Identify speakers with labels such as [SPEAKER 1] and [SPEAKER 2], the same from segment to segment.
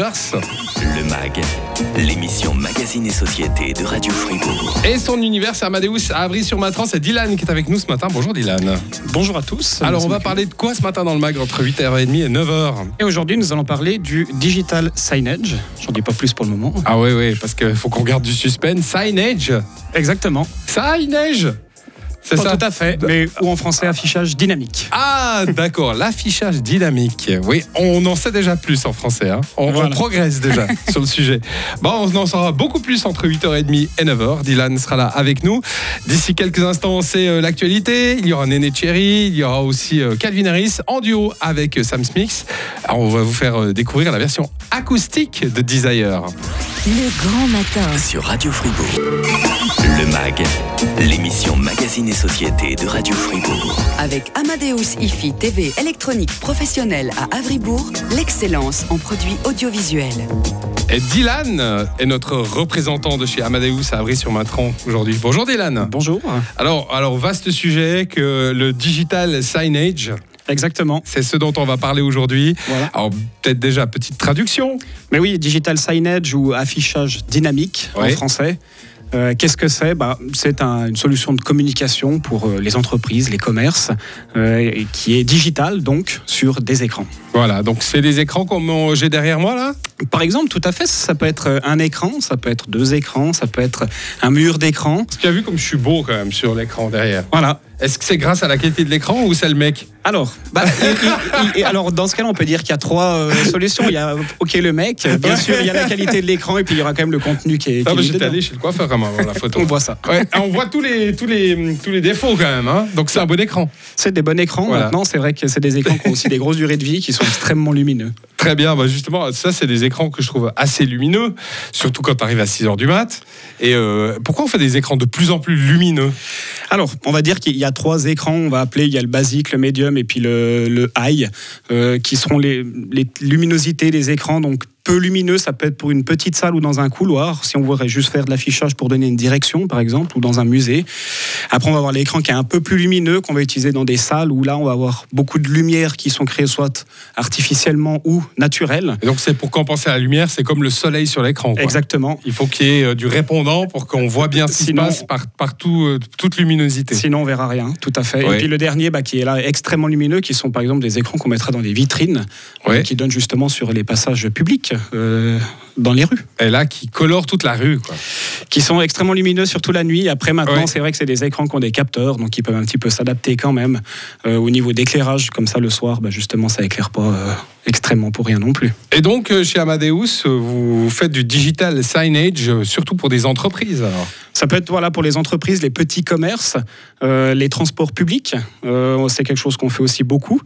[SPEAKER 1] Mars.
[SPEAKER 2] Le MAG, l'émission Magazine et Société de Radio Fribourg.
[SPEAKER 1] Et son univers, c'est Amadeus à Avry-sur-Matran. C'est Dylan qui est avec nous ce matin. Bonjour Dylan.
[SPEAKER 3] Bonjour à tous.
[SPEAKER 1] Alors, on va parler de quoi ce matin dans le mag entre 8h30 et 9h
[SPEAKER 3] Et aujourd'hui, nous allons parler du digital signage. J'en dis pas plus pour le moment.
[SPEAKER 1] Ah oui, oui, parce qu'il faut qu'on garde du suspense. Signage
[SPEAKER 3] Ah, Exactement.
[SPEAKER 1] Signage C'est
[SPEAKER 3] Pas
[SPEAKER 1] ça
[SPEAKER 3] tout à fait, mais ou en français, affichage dynamique.
[SPEAKER 1] Ah, d'accord, l'affichage dynamique. Oui, on en sait déjà plus en français. hein. On, on
[SPEAKER 3] Voilà.
[SPEAKER 1] progresse déjà sur le sujet. Bon, on en saura beaucoup plus entre 8h30 et 9h. Dylan sera là avec nous. D'ici quelques instants, c'est euh, l'actualité. Il y aura Néné Cherry, il y aura aussi euh, Calvin Harris en duo avec euh, Sam Smith. Alors, on va vous faire euh, découvrir la version acoustique de Desire.
[SPEAKER 4] Le grand matin.
[SPEAKER 2] Sur Radio Fribourg. Le MAG, l'émission Magazine et Société de Radio Fribourg.
[SPEAKER 5] Avec Amadeus IFI TV électronique professionnelle à Avribourg, l'excellence en produits audiovisuels.
[SPEAKER 1] Et Dylan euh, est notre représentant de chez Amadeus à Avry-sur-Matran aujourd'hui. Bonjour Dylan.
[SPEAKER 3] Bonjour.
[SPEAKER 1] Alors, alors, vaste sujet que le digital signage,
[SPEAKER 3] Exactement.
[SPEAKER 1] c'est ce dont on va parler aujourd'hui.
[SPEAKER 3] Voilà.
[SPEAKER 1] Alors, peut-être déjà, petite traduction.
[SPEAKER 3] Mais oui, digital signage ou affichage dynamique
[SPEAKER 1] Ouais.
[SPEAKER 3] en français. Euh, Qu'est-ce que c'est bah, C'est un- une solution de communication pour euh, les entreprises, les commerces, euh, et qui est digitale donc sur des écrans.
[SPEAKER 1] Voilà, donc c'est des écrans comme euh, j'ai derrière moi là.
[SPEAKER 3] Par exemple, tout à fait, ça peut être un écran, ça peut être deux écrans, ça peut être un mur d'écran.
[SPEAKER 1] Tu as vu comme je suis beau quand même sur l'écran derrière.
[SPEAKER 3] Voilà,
[SPEAKER 1] Est-ce que c'est grâce à la qualité de l'écran ou c'est le mec
[SPEAKER 3] Alors, bah, il- il- il- alors dans ce cas-là, on peut dire qu'il y a trois euh, solutions. Il y a OK le mec, bien sûr, il y a la qualité de l'écran et puis il y aura quand même le contenu qui est.
[SPEAKER 1] Ah,
[SPEAKER 3] qui
[SPEAKER 1] bah,
[SPEAKER 3] est
[SPEAKER 1] J'étais
[SPEAKER 3] dedans.
[SPEAKER 1] allé chez le coiffeur quand même avant la photo.
[SPEAKER 3] On voit ça.
[SPEAKER 1] Ouais, on voit tous les, tous les, tous les défauts quand même. hein. Donc c'est un bon écran.
[SPEAKER 3] C'est des bons écrans.
[SPEAKER 1] Voilà.
[SPEAKER 3] Maintenant, c'est vrai que c'est des écrans qui ont aussi des grosses durées de vie, qui sont extrêmement lumineux.
[SPEAKER 1] Très bien, bah justement, ça c'est des écrans que je trouve assez lumineux, surtout quand tu arrives à 6h du mat. Et euh, pourquoi on fait des écrans de plus en plus lumineux
[SPEAKER 3] Alors, on va dire qu'il y a trois écrans. On va appeler. Il y a le basique, le médium et puis le, le high, euh, qui seront les, les luminosités des écrans. Donc peu lumineux, ça peut être pour une petite salle ou dans un couloir, si on voudrait juste faire de l'affichage pour donner une direction, par exemple, ou dans un musée. Après, on va avoir l'écran qui est un peu plus lumineux, qu'on va utiliser dans des salles où là, on va avoir beaucoup de lumières qui sont créées soit artificiellement ou naturelles.
[SPEAKER 1] Et donc c'est pour compenser la lumière, c'est comme le soleil sur l'écran. quoi.
[SPEAKER 3] Exactement.
[SPEAKER 1] Il faut qu'il y ait euh, du répondant pour qu'on voit bien ce qui se
[SPEAKER 3] Sinon-
[SPEAKER 1] passe par, partout, euh, toute luminosité.
[SPEAKER 3] Sinon, on verra rien, tout à fait.
[SPEAKER 1] Ouais.
[SPEAKER 3] Et puis le dernier, bah, qui est là extrêmement lumineux, qui sont par exemple des écrans qu'on mettra dans des vitrines, euh,
[SPEAKER 1] Ouais.
[SPEAKER 3] qui donnent justement sur les passages publics euh, dans les rues,
[SPEAKER 1] Et là, qui colore toute la rue. Quoi.
[SPEAKER 3] qui sont extrêmement lumineux surtout la nuit. Après, maintenant,
[SPEAKER 1] Ouais.
[SPEAKER 3] c'est vrai que c'est des écrans qui ont des capteurs, donc ils peuvent un petit peu s'adapter quand même euh, au niveau d'éclairage. Comme ça, le soir, bah, justement, ça éclaire pas euh, extrêmement pour rien non plus.
[SPEAKER 1] Et donc, euh, chez Amadeus, euh, vous faites du digital signage, euh, surtout pour des entreprises. Alors.
[SPEAKER 3] Ça peut être voilà, pour les entreprises, les petits commerces, euh, les transports publics. Euh, c'est quelque chose qu'on fait aussi beaucoup.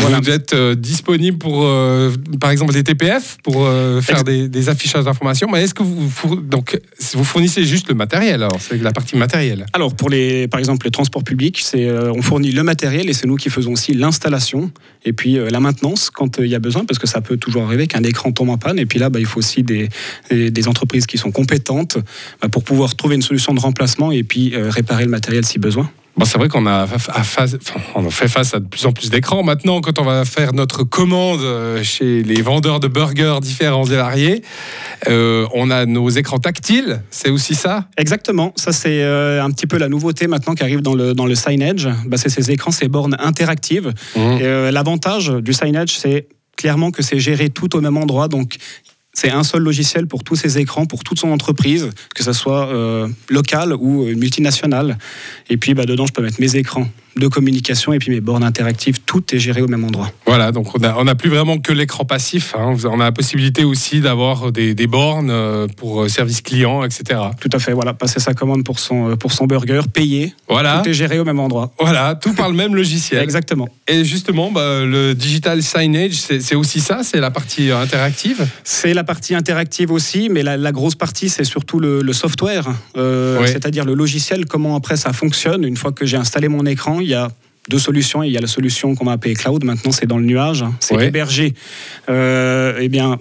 [SPEAKER 3] Voilà.
[SPEAKER 1] Vous êtes euh, disponible pour, euh, par exemple, des TPF pour euh, faire
[SPEAKER 3] Ex-
[SPEAKER 1] des, des affichages d'informations. Mais est-ce que vous, four- donc, vous fournissez juste le matériel Alors, c'est la partie matérielle.
[SPEAKER 3] Alors, pour les, par exemple, le transport public, c'est, euh, on fournit le matériel et c'est nous qui faisons aussi l'installation et puis euh, la maintenance quand euh, il y a besoin, parce que ça peut toujours arriver qu'un écran tombe en panne. Et puis là, bah, il faut aussi des, des des entreprises qui sont compétentes bah, pour pouvoir trouver une solution de remplacement et puis euh, réparer le matériel si besoin.
[SPEAKER 1] Bon, c'est vrai qu'on a fa- à face- enfin, on fait face à de plus en plus d'écrans. Maintenant, quand on va faire notre commande euh, chez les vendeurs de burgers différents et variés, euh, on a nos écrans tactiles. C'est aussi ça
[SPEAKER 3] Exactement, ça c'est euh, un petit peu la nouveauté maintenant qui arrive dans le, dans le signage. Bah, c'est ces écrans, ces bornes interactives Et, euh, L'avantage du signage, c'est clairement que c'est géré tout au même endroit. Donc, c'est un seul logiciel pour tous ses écrans, pour toute son entreprise, que ce soit euh, locale ou euh, multinationale. Et puis, bah, dedans, je peux mettre mes écrans de communication et puis mes bornes interactives. Tout est géré au même endroit.
[SPEAKER 1] Voilà, donc on n'a on a plus vraiment que l'écran passif. hein. On a la possibilité aussi d'avoir des, des bornes euh, pour euh, service client, etc.
[SPEAKER 3] Tout à fait, voilà. Passer sa commande pour son, euh, pour son burger, payer.
[SPEAKER 1] Voilà.
[SPEAKER 3] Tout est géré au même endroit.
[SPEAKER 1] Voilà, tout par le même logiciel.
[SPEAKER 3] Exactement.
[SPEAKER 1] Et justement, bah, le digital signage, c'est c'est aussi ça, c'est la partie euh, interactive.
[SPEAKER 3] C'est la partie interactive aussi, mais la, la grosse partie, c'est surtout le, le software, euh,
[SPEAKER 1] Ouais.
[SPEAKER 3] c'est-à-dire le logiciel, comment après ça fonctionne. Une fois que j'ai installé mon écran, il y a deux solutions. Il y a la solution qu'on va appeler cloud, maintenant c'est dans le nuage, hein. c'est
[SPEAKER 1] Ouais.
[SPEAKER 3] hébergé euh, eh bien,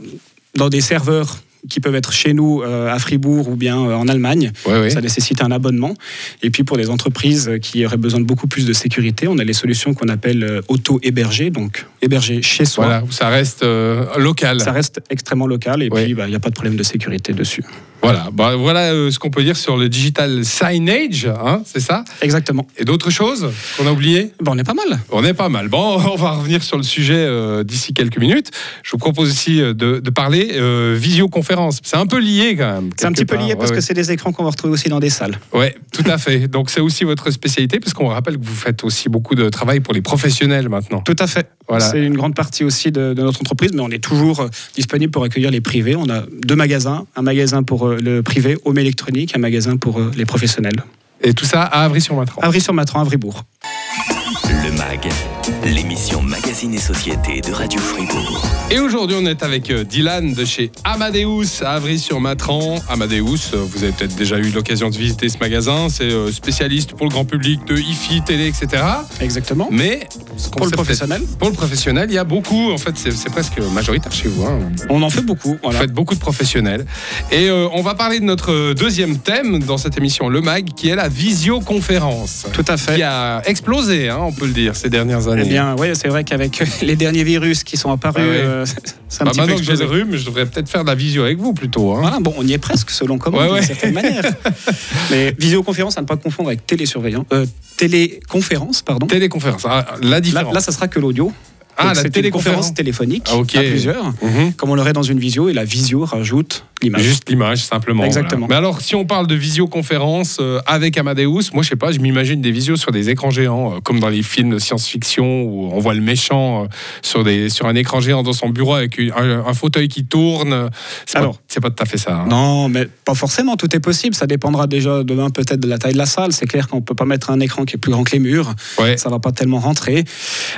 [SPEAKER 3] dans des serveurs qui peuvent être chez nous euh, à Fribourg ou bien euh, en Allemagne.
[SPEAKER 1] Ouais, ouais.
[SPEAKER 3] Ça nécessite un abonnement. Et puis pour des entreprises qui auraient besoin de beaucoup plus de sécurité, on a les solutions qu'on appelle euh, auto-hébergées, donc hébergés chez soi.
[SPEAKER 1] Voilà, ça reste euh, local.
[SPEAKER 3] Ça reste extrêmement local et
[SPEAKER 1] Oui.
[SPEAKER 3] puis bah, il n'y a pas de problème de sécurité dessus.
[SPEAKER 1] Voilà, Bah, voilà euh, ce qu'on peut dire sur le digital signage, hein, c'est ça
[SPEAKER 3] Exactement.
[SPEAKER 1] Et d'autres choses qu'on a oubliées
[SPEAKER 3] Bon, on est pas mal.
[SPEAKER 1] Bah, On est pas mal. Bon, on va revenir sur le sujet euh, d'ici quelques minutes. Je vous propose aussi euh, de, de parler euh, visioconférence. C'est un peu lié quand même.
[SPEAKER 3] C'est un
[SPEAKER 1] quelque
[SPEAKER 3] petit peu
[SPEAKER 1] part.
[SPEAKER 3] lié parce
[SPEAKER 1] Ouais,
[SPEAKER 3] que c'est des écrans qu'on va retrouver aussi dans des salles.
[SPEAKER 1] Ouais, tout à fait. Donc c'est aussi votre spécialité, parce qu'on rappelle que vous faites aussi beaucoup de travail pour les professionnels maintenant.
[SPEAKER 3] Tout à fait.
[SPEAKER 1] Voilà.
[SPEAKER 3] C'est une grande partie aussi de, de notre entreprise, mais on est toujours euh, disponible pour accueillir les privés. On a deux magasins, un magasin pour euh, le privé, Home Électronique, un magasin pour euh, les professionnels.
[SPEAKER 1] Et tout ça à Avry-sur-Matran.
[SPEAKER 3] Avry-sur-Matran, Avribourg.
[SPEAKER 2] Le MAG, l'émission Magazine et Société de Radio Fribourg.
[SPEAKER 1] Et aujourd'hui, on est avec euh, Dylan de chez Amadeus à Avry-sur-Matran. Amadeus, euh, vous avez peut-être déjà eu l'occasion de visiter ce magasin. C'est euh, spécialiste pour le grand public de hi-fi, télé, etc.
[SPEAKER 3] Exactement.
[SPEAKER 1] Mais
[SPEAKER 3] Pour le professionnel.
[SPEAKER 1] Pour le professionnel, il y a beaucoup, en fait, c'est c'est presque majoritaire chez vous. hein.
[SPEAKER 3] On en fait beaucoup.
[SPEAKER 1] Vous
[SPEAKER 3] Voilà.
[SPEAKER 1] faites beaucoup de professionnels. Et euh, on va parler de notre euh, deuxième thème dans cette émission, le MAG, qui est la visioconférence.
[SPEAKER 3] Tout à fait.
[SPEAKER 1] Qui a explosé, hein, on peut le dire, ces dernières années.
[SPEAKER 3] Eh bien, oui, c'est vrai qu'avec les derniers virus qui sont apparus,
[SPEAKER 1] Ah ouais.
[SPEAKER 3] euh, c'est un
[SPEAKER 1] Bah,
[SPEAKER 3] petit peu
[SPEAKER 1] maintenant que j'ai le
[SPEAKER 3] explosé.
[SPEAKER 1] rhume, je devrais peut-être faire de la visio avec vous plutôt. hein.
[SPEAKER 3] Voilà, bon, on y est presque, selon comment,
[SPEAKER 1] Ouais,
[SPEAKER 3] d'une
[SPEAKER 1] ouais.
[SPEAKER 3] certaine manière. Mais visioconférence, à ne pas confondre avec télésurveillance, euh, téléconférence, pardon.
[SPEAKER 1] Téléconférence, ah, la
[SPEAKER 3] Là,
[SPEAKER 1] différence.
[SPEAKER 3] là, ça sera que l'audio.
[SPEAKER 1] Ah,
[SPEAKER 3] Donc,
[SPEAKER 1] la
[SPEAKER 3] c'est une
[SPEAKER 1] téléconférence.
[SPEAKER 3] conférence téléphonique
[SPEAKER 1] Ah, ok.
[SPEAKER 3] à plusieurs,
[SPEAKER 1] Mhm.
[SPEAKER 3] comme on l'aurait dans une visio, et la visio rajoute l'image.
[SPEAKER 1] Juste l'image, simplement.
[SPEAKER 3] Exactement.
[SPEAKER 1] voilà. Mais alors, si on parle de visioconférence euh, avec Amadeus, moi, je sais pas, je m'imagine des visios sur des écrans géants, euh, comme dans les films de science-fiction où on voit le méchant euh, sur, des, sur un écran géant dans son bureau avec une- un, un fauteuil qui tourne. C'est pas,
[SPEAKER 3] Alors.
[SPEAKER 1] c'est pas tout à fait ça. hein.
[SPEAKER 3] Non, mais pas forcément, tout est possible. Ça dépendra déjà demain peut-être de la taille de la salle. C'est clair qu'on peut pas mettre un écran qui est plus grand que les murs.
[SPEAKER 1] Ouais.
[SPEAKER 3] Ça va pas tellement rentrer.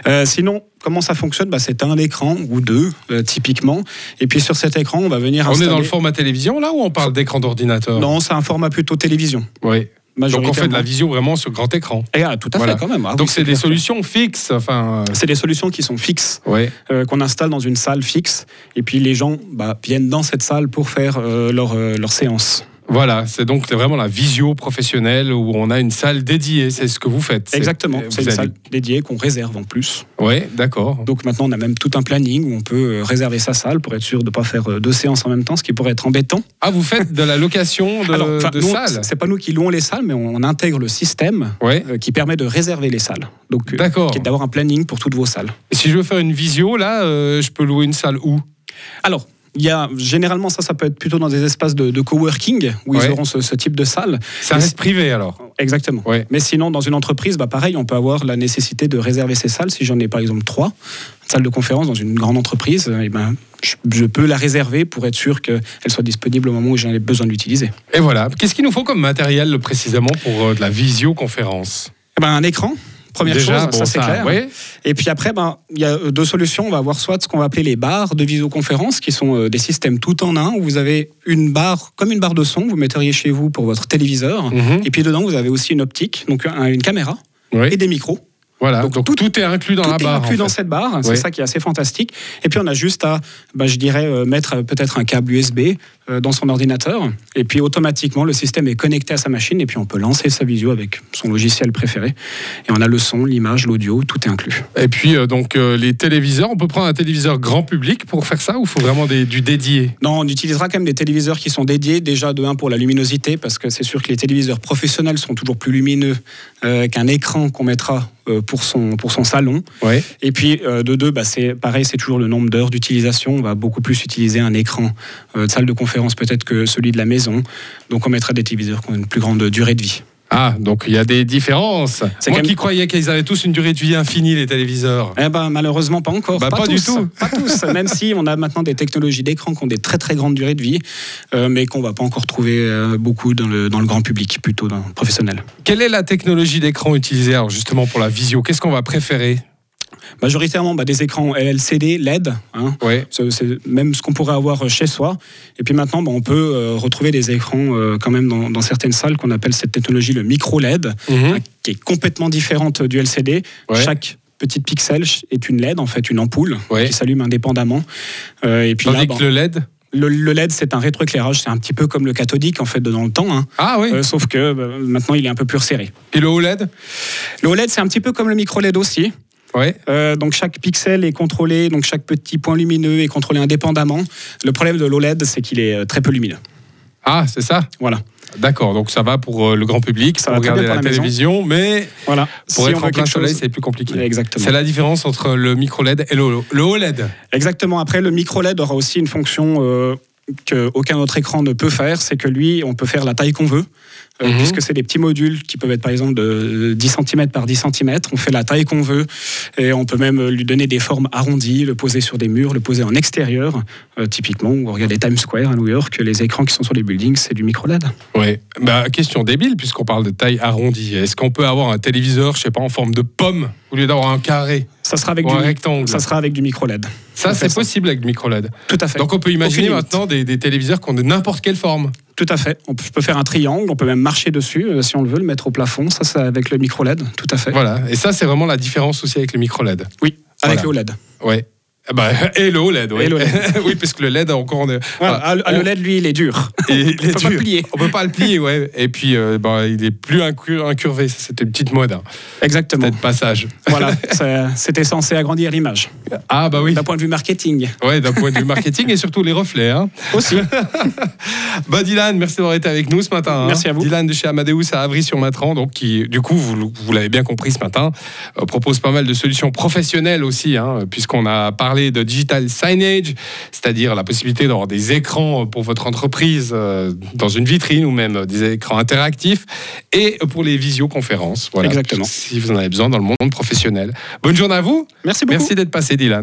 [SPEAKER 3] Euh, sinon, comment ça fonctionne bah, C'est un écran ou deux, euh, typiquement. Et puis sur cet écran, on va venir
[SPEAKER 1] On est dans le
[SPEAKER 3] installer-
[SPEAKER 1] format télévision, là, ou on parle d'écran d'ordinateur
[SPEAKER 3] Non, c'est un format plutôt télévision.
[SPEAKER 1] Ouais. Euh, Donc, on fait de la
[SPEAKER 3] majoritairement.
[SPEAKER 1] visio vraiment sur grand écran.
[SPEAKER 3] Et, ah, tout à
[SPEAKER 1] Voilà.
[SPEAKER 3] fait, quand même. Ah
[SPEAKER 1] Donc,
[SPEAKER 3] oui,
[SPEAKER 1] c'est des
[SPEAKER 3] clair.
[SPEAKER 1] solutions fixes. Enfin, euh,
[SPEAKER 3] C'est des solutions qui sont fixes.
[SPEAKER 1] ouais.
[SPEAKER 3] euh, qu'on installe dans une salle fixe. Et puis les gens bah, viennent dans cette salle pour faire euh, leur, euh, leur séance.
[SPEAKER 1] Voilà, c'est donc vraiment la visio professionnelle où on a une salle dédiée, c'est ce que vous faites. C'est-
[SPEAKER 3] Exactement.
[SPEAKER 1] vous
[SPEAKER 3] C'est une
[SPEAKER 1] allez-
[SPEAKER 3] salle dédiée qu'on réserve en plus.
[SPEAKER 1] Ouais, d'accord.
[SPEAKER 3] Donc maintenant, on a même tout un planning où on peut euh, réserver sa salle pour être sûr de ne pas faire euh, deux séances en même temps, ce qui pourrait être embêtant.
[SPEAKER 1] Ah, vous faites de la location de,
[SPEAKER 3] Alors, enfin,
[SPEAKER 1] de
[SPEAKER 3] nous,
[SPEAKER 1] salle
[SPEAKER 3] C'est pas nous qui louons les salles, mais on, on intègre le système.
[SPEAKER 1] Ouais,
[SPEAKER 3] euh, qui permet de réserver les salles. Donc, euh,
[SPEAKER 1] d'accord.
[SPEAKER 3] qui est d'avoir un planning pour toutes vos salles.
[SPEAKER 1] Et si je veux faire une visio, là, euh, je peux louer une salle où
[SPEAKER 3] Alors, il y a, généralement, ça, ça peut être plutôt dans des espaces de, de coworking où
[SPEAKER 1] Ouais.
[SPEAKER 3] ils auront ce- ce type de salle.
[SPEAKER 1] Ça
[SPEAKER 3] Mais
[SPEAKER 1] reste privé alors
[SPEAKER 3] Exactement.
[SPEAKER 1] Ouais.
[SPEAKER 3] Mais sinon, dans une entreprise, bah pareil, on peut avoir la nécessité de réserver ses salles. Si j'en ai par exemple trois, une salle de conférence dans une grande entreprise, eh ben, je, je peux la réserver pour être sûr qu'elle soit disponible au moment où j'en ai besoin de l'utiliser.
[SPEAKER 1] Et voilà. Qu'est-ce qu'il nous faut comme matériel précisément pour euh, de la visioconférence
[SPEAKER 3] Eh ben, un écran, première
[SPEAKER 1] Déjà,
[SPEAKER 3] chose,
[SPEAKER 1] bon,
[SPEAKER 3] ça c'est clair.
[SPEAKER 1] ouais.
[SPEAKER 3] Et puis après, ben, il y a euh, deux solutions. On va avoir soit ce qu'on va appeler les barres de visioconférence, qui sont euh, des systèmes tout en un, où vous avez une barre, comme une barre de son, vous metteriez chez vous pour votre téléviseur.
[SPEAKER 1] Mhm.
[SPEAKER 3] Et puis dedans, vous avez aussi une optique, donc un- une caméra
[SPEAKER 1] Ouais.
[SPEAKER 3] et des micros.
[SPEAKER 1] Voilà, donc,
[SPEAKER 3] donc
[SPEAKER 1] tout,
[SPEAKER 3] tout-
[SPEAKER 1] est inclus dans
[SPEAKER 3] tout
[SPEAKER 1] la barre.
[SPEAKER 3] est inclus
[SPEAKER 1] en
[SPEAKER 3] dans
[SPEAKER 1] fait.
[SPEAKER 3] cette barre, c'est
[SPEAKER 1] Ouais.
[SPEAKER 3] ça qui est assez fantastique. Et puis on a juste à, bah, je dirais, euh, mettre euh, peut-être un câble USB euh, dans son ordinateur, et puis automatiquement le système est connecté à sa machine, et puis on peut lancer sa visio avec son logiciel préféré. Et on a le son, l'image, l'audio, tout est inclus.
[SPEAKER 1] Et puis, euh, donc, euh, les téléviseurs, on peut prendre un téléviseur grand public pour faire ça ou faut vraiment des- du dédié
[SPEAKER 3] Non, on utilisera quand même des téléviseurs qui sont dédiés déjà de 1 pour la luminosité, parce que c'est sûr que les téléviseurs professionnels sont toujours plus lumineux euh, qu'un écran qu'on mettra euh, pour, son, pour son salon.
[SPEAKER 1] Ouais.
[SPEAKER 3] Et puis euh, de deux, bah, c'est pareil, c'est toujours le nombre d'heures d'utilisation. On va beaucoup plus utiliser un écran euh, de salle de conférence peut-être que celui de la maison. Donc on mettra des téléviseurs qui ont une plus grande durée de vie.
[SPEAKER 1] Ah, donc il y a des différences.
[SPEAKER 3] C'est
[SPEAKER 1] Moi
[SPEAKER 3] quand même-
[SPEAKER 1] qui croyais qu'ils avaient tous une durée de vie infinie, les téléviseurs.
[SPEAKER 3] Eh ben malheureusement pas encore.
[SPEAKER 1] Bah, pas du
[SPEAKER 3] tous,
[SPEAKER 1] tout.
[SPEAKER 3] Pas tous. Même si on a maintenant des technologies d'écran qui ont des très très grandes durées de vie, euh, mais qu'on va pas encore trouver euh, beaucoup dans le, dans le grand public, plutôt dans le professionnel.
[SPEAKER 1] Quelle est la technologie d'écran utilisée alors justement pour la visio Qu'est-ce qu'on va préférer
[SPEAKER 3] Majoritairement bah, des écrans LCD, LED, hein,
[SPEAKER 1] Ouais.
[SPEAKER 3] C'est c'est même ce qu'on pourrait avoir euh, chez soi. Et puis maintenant, bah, on peut euh, retrouver des écrans euh, quand même dans, dans certaines salles qu'on appelle cette technologie le micro LED, hein, qui est complètement différente euh, du LCD.
[SPEAKER 1] Ouais.
[SPEAKER 3] Chaque petit pixel ch- est une LED, en fait, une ampoule
[SPEAKER 1] Ouais.
[SPEAKER 3] qui s'allume indépendamment. Euh, et puis là,
[SPEAKER 1] Tandis
[SPEAKER 3] bah,
[SPEAKER 1] que le E LED
[SPEAKER 3] le... le LED, c'est un rétroéclairage, c'est un petit peu comme le cathodique en fait dans le temps, hein.
[SPEAKER 1] Ah oui.
[SPEAKER 3] Euh, sauf que bah, maintenant il est un peu plus resserré.
[SPEAKER 1] Et le E OLED
[SPEAKER 3] E Le OLED, c'est un petit peu comme le micro LED aussi.
[SPEAKER 1] Ouais.
[SPEAKER 3] Euh, donc chaque pixel est contrôlé, donc chaque petit point lumineux est contrôlé indépendamment. Le problème de l'OLED, c'est qu'il est euh, très peu lumineux.
[SPEAKER 1] Ah, c'est ça
[SPEAKER 3] Voilà.
[SPEAKER 1] D'accord, donc ça va pour euh, le grand public,
[SPEAKER 3] Ça
[SPEAKER 1] pour
[SPEAKER 3] va très
[SPEAKER 1] regarder
[SPEAKER 3] bien
[SPEAKER 1] la,
[SPEAKER 3] pour la maison.
[SPEAKER 1] télévision, mais
[SPEAKER 3] Voilà.
[SPEAKER 1] pour
[SPEAKER 3] Si on
[SPEAKER 1] être en
[SPEAKER 3] veut
[SPEAKER 1] plein
[SPEAKER 3] quelque
[SPEAKER 1] soleil,
[SPEAKER 3] chose-
[SPEAKER 1] c'est plus compliqué.
[SPEAKER 3] Exactement.
[SPEAKER 1] C'est la différence entre le micro LED et le, E le OLED.
[SPEAKER 3] Exactement. Après, le micro LED aura aussi une fonction euh, qu'aucun autre écran ne peut faire, c'est que lui, on peut faire la taille qu'on veut, euh,
[SPEAKER 1] Mhm.
[SPEAKER 3] puisque c'est des petits modules qui peuvent être par exemple de 10 cm par 10 cm. On fait la taille qu'on veut et on peut même euh, lui donner des formes arrondies, le poser sur des murs, le poser en extérieur. Euh, typiquement, on regarde les Times Square à New York, les écrans qui sont sur les buildings, c'est du micro LED.
[SPEAKER 1] Oui. Bah, question débile, puisqu'on parle de taille arrondie. Est-ce qu'on peut avoir un téléviseur, je sais pas, en forme de pomme, au lieu d'avoir un carré
[SPEAKER 3] Ça sera avec
[SPEAKER 1] ou un
[SPEAKER 3] du
[SPEAKER 1] rectangle
[SPEAKER 3] ça
[SPEAKER 1] Ça,
[SPEAKER 3] sera avec du micro LED. on fait
[SPEAKER 1] c'est
[SPEAKER 3] ça.
[SPEAKER 1] possible avec le micro LED.
[SPEAKER 3] Tout à fait.
[SPEAKER 1] Donc on peut imaginer
[SPEAKER 3] limite.
[SPEAKER 1] maintenant des, des téléviseurs qui ont de n'importe quelle forme.
[SPEAKER 3] Tout à fait. On peut- je peux faire un triangle, on peut même marcher dessus euh, si on le veut, le mettre au plafond. Ça, c'est avec le micro LED. Tout à fait.
[SPEAKER 1] Voilà. Et ça, c'est vraiment la différence aussi avec le micro LED.
[SPEAKER 3] Oui, avec
[SPEAKER 1] Voilà.
[SPEAKER 3] le OLED.
[SPEAKER 1] Ouais. Ah bah, et le OLED, oui.
[SPEAKER 3] Et le E
[SPEAKER 1] oui, parce que le LED, encore, on est-
[SPEAKER 3] Voilà,
[SPEAKER 1] Ah,
[SPEAKER 3] à- à
[SPEAKER 1] on-
[SPEAKER 3] le LED, lui, il est dur.
[SPEAKER 1] Et il est
[SPEAKER 3] peut pas le
[SPEAKER 1] dur.
[SPEAKER 3] plier.
[SPEAKER 1] On peut pas le plier, ouais. Et puis, euh, bah, il est plus incur- incurvé. Ça, C'était une petite mode. hein.
[SPEAKER 3] Exactement.
[SPEAKER 1] C'était de passage.
[SPEAKER 3] voilà, ça- c'était censé agrandir l'image.
[SPEAKER 1] Ah bah oui.
[SPEAKER 3] D'un point de vue marketing.
[SPEAKER 1] Ouais, d'un point de vue marketing et surtout les reflets. hein.
[SPEAKER 3] Aussi.
[SPEAKER 1] Bah Dylan, merci d'avoir été avec nous ce matin. hein.
[SPEAKER 3] Merci à vous.
[SPEAKER 1] Dylan de chez Amadeus à Avry-sur-Matran, donc qui, du coup, vous, vous l'avez bien compris ce matin, euh, propose pas mal de solutions professionnelles aussi, hein, puisqu'on a parlé de digital signage, c'est-à-dire la possibilité d'avoir des écrans pour votre entreprise euh, dans une vitrine ou même des écrans interactifs, et pour les visioconférences. Voilà,
[SPEAKER 3] Exactement.
[SPEAKER 1] Si vous en avez besoin dans le monde professionnel. Bonne journée à vous.
[SPEAKER 3] Merci beaucoup.
[SPEAKER 1] Merci d'être passé, Dylan.